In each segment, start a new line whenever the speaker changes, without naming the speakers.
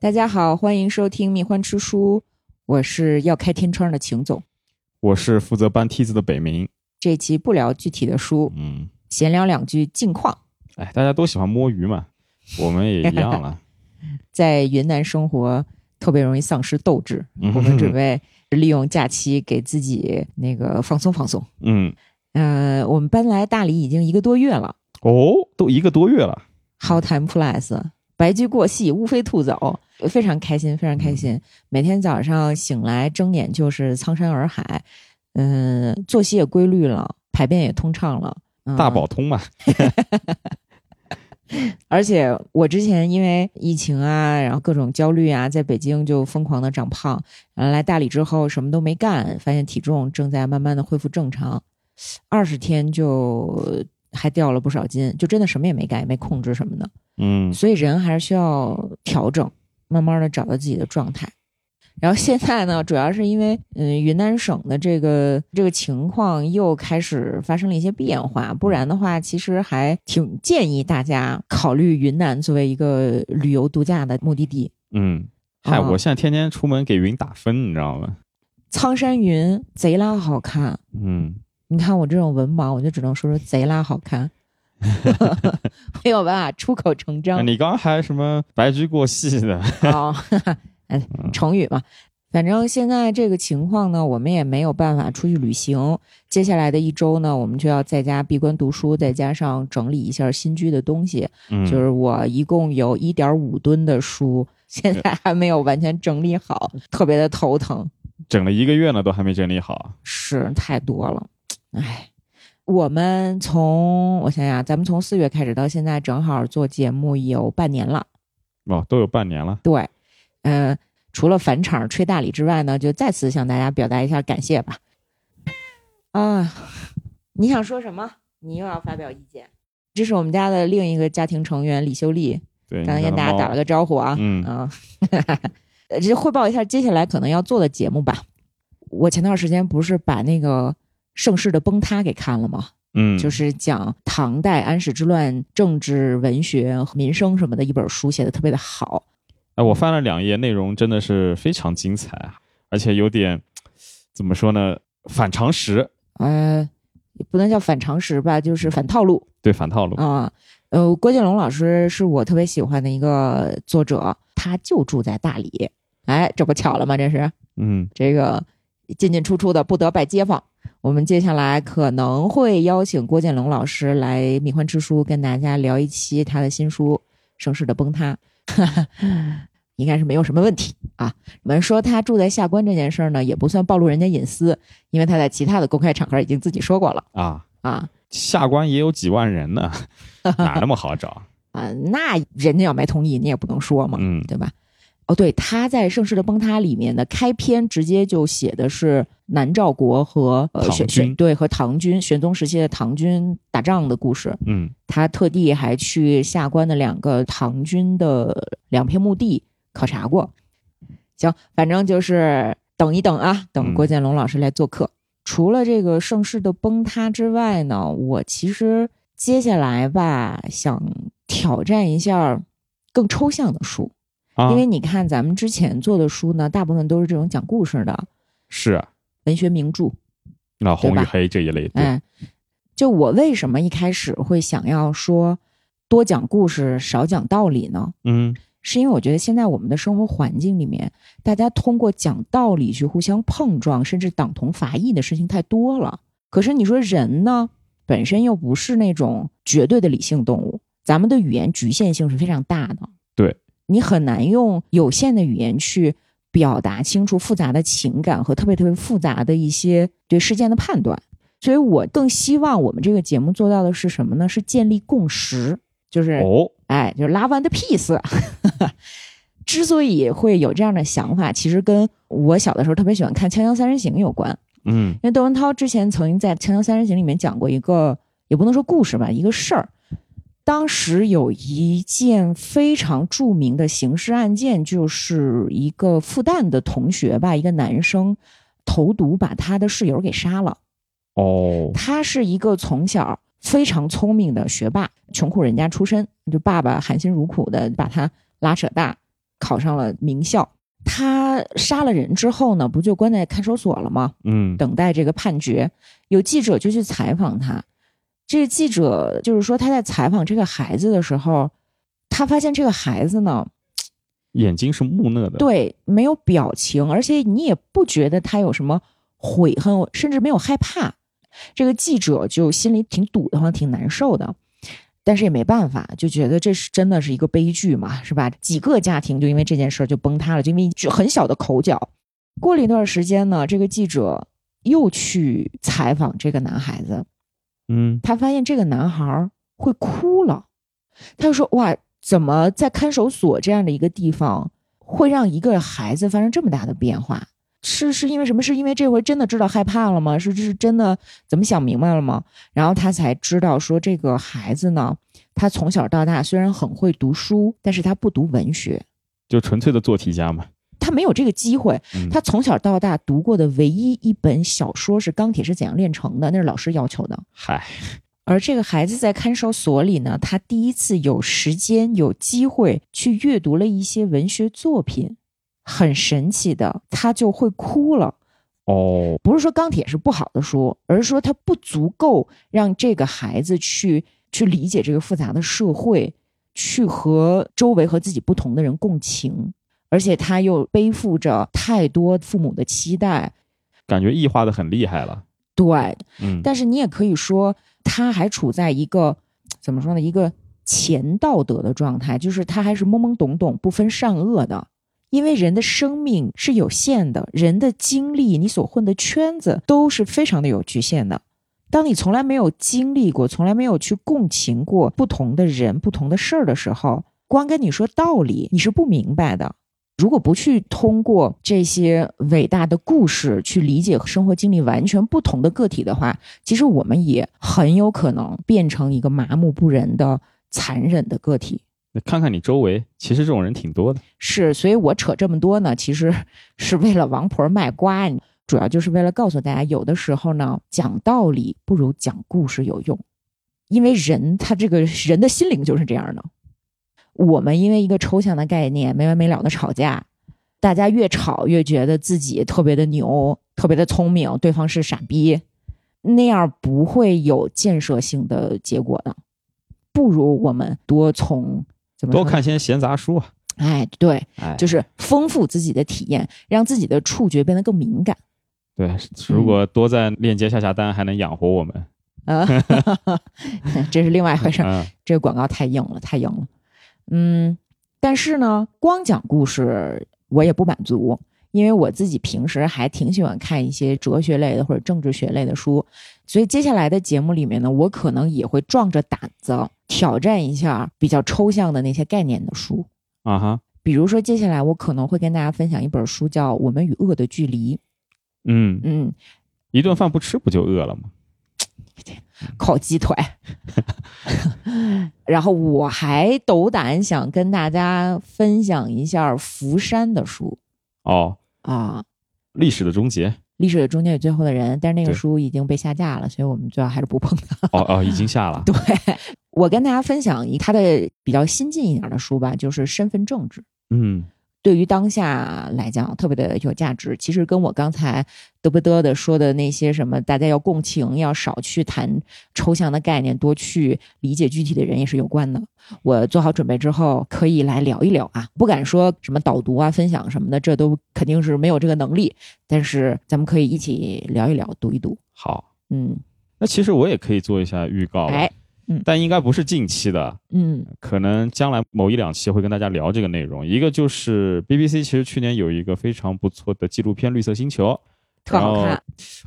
大家好，欢迎收听《蜜獾吃书》，我是要开天窗的秦总。
我是负责搬梯子的北冥。
这期不聊具体的书，
嗯，
闲聊两句近况。
哎，大家都喜欢摸鱼嘛，我们也一样了。
在云南生活特别容易丧失斗志，
嗯
我们准备利用假期给自己那个放松放松。
嗯，
呃，我们搬来大理已经一个多月了
哦，都一个多月了。
，How time flies，白驹过隙，乌飞兔走，非常开心，非常开
嗯
心。每天早上醒来，睁眼就是苍山洱海，嗯、作息也规律了，排便也通畅了。嗯
大宝通嘛，
而且我之前因为疫情啊，然后各种焦虑啊，在北京就疯狂的长胖，然后来大理之后什么都没干，发现体重正在慢慢的恢复正常，二十天就还掉了不少斤，就真的什么也没干，也没控制什么的，
嗯
所以人还是需要调整，慢慢的找到自己的状态。然后现在呢，主要是因为嗯，云南省的这个这个情况又开始发生了一些变化，不然的话，其实还挺建议大家考虑云南作为一个旅游度假的目的地。
嗯。嗨，
啊
我现在天天出门给云打分，你知道吗？
苍山云贼拉好看，
嗯，
你看我这种文盲，我就只能说说贼拉好看， 没有办法出口成章
哎你刚刚还什么白驹过隙的？
哦， 哎，成语嘛。反正现在这个情况呢，我们也没有办法出去旅行。接下来的一周呢，我们就要在家闭关读书，再加上整理一下新居的东西。
嗯，
就是我一共有一点五吨的书，现在还没有完全整理好，特别的头疼，
整了一个月呢，都还没整理好。
是太多了。哎，我们从我想想，咱们从四月开始到现在，正好做节目有半年了。
哦，都有半年了。
对，呃，除了返场吹大理之外呢，就再次向大家表达一下感谢吧。啊，你想说什么？你又要发表意见？这是我们家的另一个家庭成员李秀丽，
对，
刚才
你家
跟
的
大家
猫
打了个招呼啊。
嗯
啊，呃这汇报一下接下来可能要做的节目吧。我前段时间不是把那个《盛世的崩塌》给看了吗？
嗯，
就是是讲唐代安史之乱政治、文学、民生什么的一本书，写的特别的好。
哎，我翻了两页，内容真的是非常精彩，而且有点怎么说呢，反常识，
呃，也不能叫反常识吧，就是反套路
对，反套路。
啊。呃，郭靖龙老师是我特别喜欢的一个作者，他就住在大理。哎，这不巧了吗？这是
嗯
这个进进出出的不得拜街坊。我们接下来可能会邀请郭建龙老师来米欢之书跟大家聊一期他的新书《盛世的崩塌》， 应该是没有什么问题啊。我们说他住在下关这件事儿呢，也不算暴露人家隐私，因为他在其他的公开场合已经自己说过了
啊，
啊
下关也有几万人呢，哪那么好找？
啊，那人家要没同意，你也不能说嘛。
嗯
对吧？哦，对，他在《盛世的崩塌》里面的开篇直接就写的是南诏国和呃
唐
玄
军
玄对和唐军玄宗时期的唐军打仗的故事。
嗯
他特地还去下关的两个唐军的两片墓地考察过。行，反正就是等一等啊，等
嗯
郭建龙老师来做客。除了这个盛世的崩塌之外呢，我其实接下来吧，想挑战一下更抽象的书。
啊，
因为你看咱们之前做的书呢，大部分都是这种讲故事的
是
文学名著，
那红
对
与
吧
黑这一类，对，
哎，就我为什么一开始会想要说多讲故事少讲道理呢？
嗯
是因为我觉得现在我们的生活环境里面，大家通过讲道理去互相碰撞，甚至党同伐异的事情太多了。可是你说人呢，本身又不是那种绝对的理性动物，咱们的语言局限性是非常大的。
对，
你很难用有限的语言去表达清楚复杂的情感和特别特别复杂的一些对事件的判断。所以我更希望我们这个节目做到的是什么呢？是建立共识，就是
哦，
哎，就是 love and peace。之所以会有这样的想法，其实跟我小的时候特别喜欢看《锵锵三人行》有关。
嗯
因为窦文涛之前曾经在《锵锵三人行》里面讲过一个，也不能说故事吧，一个事儿。当时有一件非常著名的刑事案件，就是一个复旦的同学吧，一个男生投毒把他的室友给杀了。
哦，
他是一个从小非常聪明的学霸，穷苦人家出身，就爸爸含辛茹苦的把他拉扯大，考上了名校。他杀了人之后呢，不就关在看守所了吗？
嗯，
等待这个判决。有记者就去采访他，这个记者就是说他在采访这个孩子的时候，他发现这个孩子呢，
眼睛是木讷的，
对，没有表情，而且你也不觉得他有什么悔恨，甚至没有害怕。这个记者就心里挺堵得慌，挺难受的，但是也没办法，就觉得这是真的是一个悲剧嘛，是吧？几个家庭就因为这件事儿就崩塌了，就因为一句很小的口角。过了一段时间呢，这个记者又去采访这个男孩子，
嗯
他发现这个男孩儿会哭了，他就说：“哇，怎么在看守所这样的一个地方，会让一个孩子发生这么大的变化？是是因为什么？是因为这回真的知道害怕了吗？是是真的怎么想明白了吗？然后他才知道说，这个孩子呢，他从小到大虽然很会读书，但是他不读文学，
就纯粹的做题家嘛。
他没有这个机会。
嗯
他从小到大读过的唯一一本小说是《钢铁是怎样炼成的》，那是老师要求的。
嗨，
而这个孩子在看守所里呢，他第一次有时间、有机会去阅读了一些文学作品，很神奇的，他就会哭了。
哦，
不是说钢铁是不好的书，而是说它不足够让这个孩子去去理解这个复杂的社会，去和周围和自己不同的人共情，而且他又背负着太多父母的期待。
感觉异化的很厉害了。
对，
嗯，
但是你也可以说，他还处在一个怎么说呢？一个前道德的状态，就是他还是懵懵懂懂、不分善恶的。因为人的生命是有限的，人的经历，你所混的圈子都是非常的有局限的。当你从来没有经历过，从来没有去共情过不同的人、不同的事儿的时候，光跟你说道理，你是不明白的。如果不去通过这些伟大的故事去理解和生活经历完全不同的个体的话，其实我们也很有可能变成一个麻木不仁的、残忍的个体。
你看看你周围，其实这种人挺多的。
是，所以我扯这么多呢，其实 是为了王婆卖瓜，主要就是为了告诉大家，有的时候呢，讲道理不如讲故事有用，因为人他这个人的心灵就是这样的。我们因为一个抽象的概念没完没了的吵架，大家越吵越觉得自己特别的牛，特别的聪明，对方是傻逼，那样不会有建设性的结果的。不如我们多从怎么
多
说呢
看些闲杂书啊，
嗯哎，对，
哎，
就是丰富自己的体验，让自己的触觉变得更敏感
对，
嗯
如果多在链接下下单，还能养活我们。
啊， 这是另外一回事儿。
嗯，
这个广告太硬了，太硬了。嗯，但是呢，光讲故事我也不满足，因为我自己平时还挺喜欢看一些哲学类的或者政治学类的书，所以接下来的节目里面呢，我可能也会壮着胆子挑战一下比较抽象的那些概念的书。
啊哈，
比如说，接下来我可能会跟大家分享一本书，叫《我们与恶的距离》。
嗯，
嗯，
一顿饭不吃不就饿了吗？
烤鸡腿。 然后我还斗胆想跟大家分享一下福山的书
哦，
啊，《
历史的终结，
历史的中间与最后的人》，但是那个
对
书已经被下架了，所以我们最好还是不碰它。
哦哦，已经下了。
对我跟大家分享一他的比较新进一点的书吧，就是《身份政治》。
嗯，
对于当下来讲，特别的有价值。其实跟我刚才嘚不嘚的说的那些什么，大家要共情，要少去谈抽象的概念，多去理解具体的人也是有关的。我做好准备之后，可以来聊一聊啊。不敢说什么导读啊、分享什么的，这都肯定是没有这个能力。但是咱们可以一起聊一聊，读一读。
好，
嗯，
那其实我也可以做一下预告了，
哎，
但应该不是近期的，
嗯，
可能将来某一两期会跟大家聊这个内容。一个就是 BBC，其实去年有一个非常不错的纪录片《绿色星球》，
特好
然
看
后。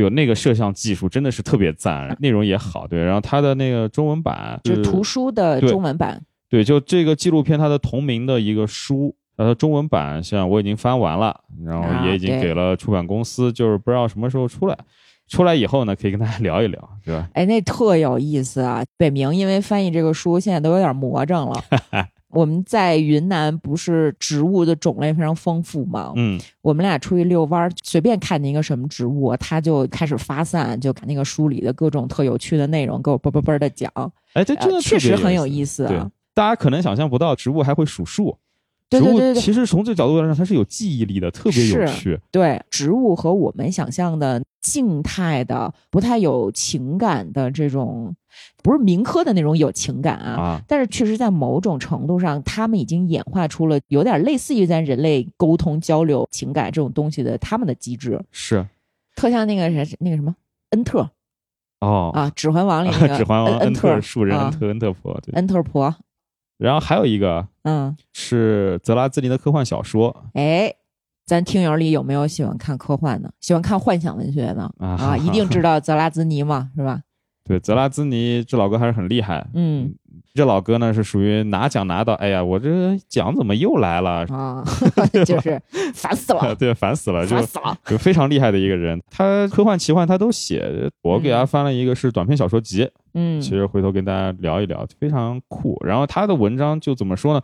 有那个摄像技术真的是特别赞，内容也好，对。然后它的那个中文版
就是图书的
对
中文版，
对，就这个纪录片它的同名的一个书，呃，中文版像我已经翻完了，然
啊
后也已经
对
给了出版公司，就是不知道什么时候出来。出来以后呢，可以跟大家聊一聊，对吧？
哎，那特有意思啊！北明因为翻译这个书，现在都有点魔怔 了。我们在云南不是植物的种类非常丰富吗？
嗯，
我们俩出去遛弯儿，随便看见一个什么植物，它就开始发散，就把那个书里的各种特有趣的内容给我啵啵啵的讲，
哎，这真
呃
的
确
特
实
别
很有
意
意思
对
啊。，
大家可能想象不到，植物还会数数。
对
植
对
物
对对对
其实从这个角度来讲，它是有记忆力的，特别
是
有趣。
对植物和我们想象的静态的、不太有情感的这种，不是民科的那种有情感啊，
啊，
但是确实在某种程度上，他们已经演化出了有点类似于咱人类沟通、交流、情感这种东西的他们的机制，
是
特像那个谁那个什么恩特
哦，
啊，《指环王》里那个
指环王
恩
特
特
树人
啊
恩特恩特婆，对。
恩特婆，
然后还有一个
嗯，
是泽拉兹林的科幻小说
哎。咱听友里有没有喜欢看科幻的、喜欢看幻想文学的
啊
啊？一定知道泽拉兹尼嘛，是吧？
对，泽拉兹尼这老哥还是很厉害。
嗯
这老哥呢是属于拿奖拿到，哎呀，我这奖怎么又来了？
啊， 就是烦死了，
对，烦死了，就
烦死了。
就非常厉害的一个人。他科幻、奇幻他都写，我给他翻了一个是短篇小说集，
嗯
其实回头跟大家聊一聊，非常酷。然后他的文章就怎么说呢？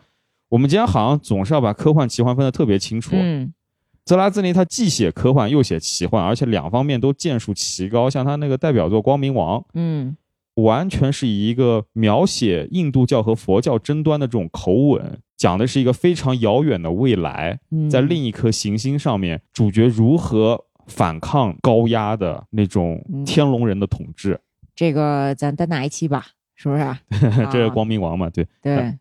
我们今天好像总是要把科幻、奇幻分得特别清楚。
嗯
泽拉兹尼他既写科幻又写奇幻，而且两方面都建树奇高。像他那个代表作《光明王》，
嗯
完全是以一个描写印度教和佛教争端的这种口吻，讲的是一个非常遥远的未来，
嗯，
在另一颗行星上面，主角如何反抗高压的那种
嗯
天龙人的统治。
这个咱单拿一期吧，是不是啊？这
这是光明王嘛？对，
对，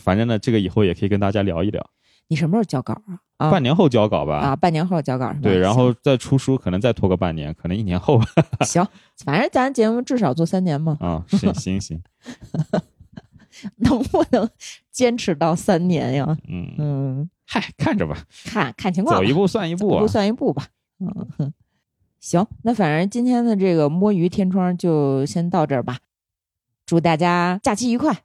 反正呢，这个以后也可以跟大家聊一聊。
你什么时候交稿啊？啊
半年后交稿吧。
啊，半年后交稿是吧？
对，然后再出书，可能再拖个半年，可能一年后吧。
行，行反正咱节目至少做三年嘛，
啊，行行行，
能不能坚持到三年呀？
嗯，
嗯，
嗨，看着吧，
看看情况吧，
走一步算一步
走一
啊
步。算一步吧。嗯，哼行，那反正今天的这个摸鱼天窗就先到这儿吧，祝大家假期愉快，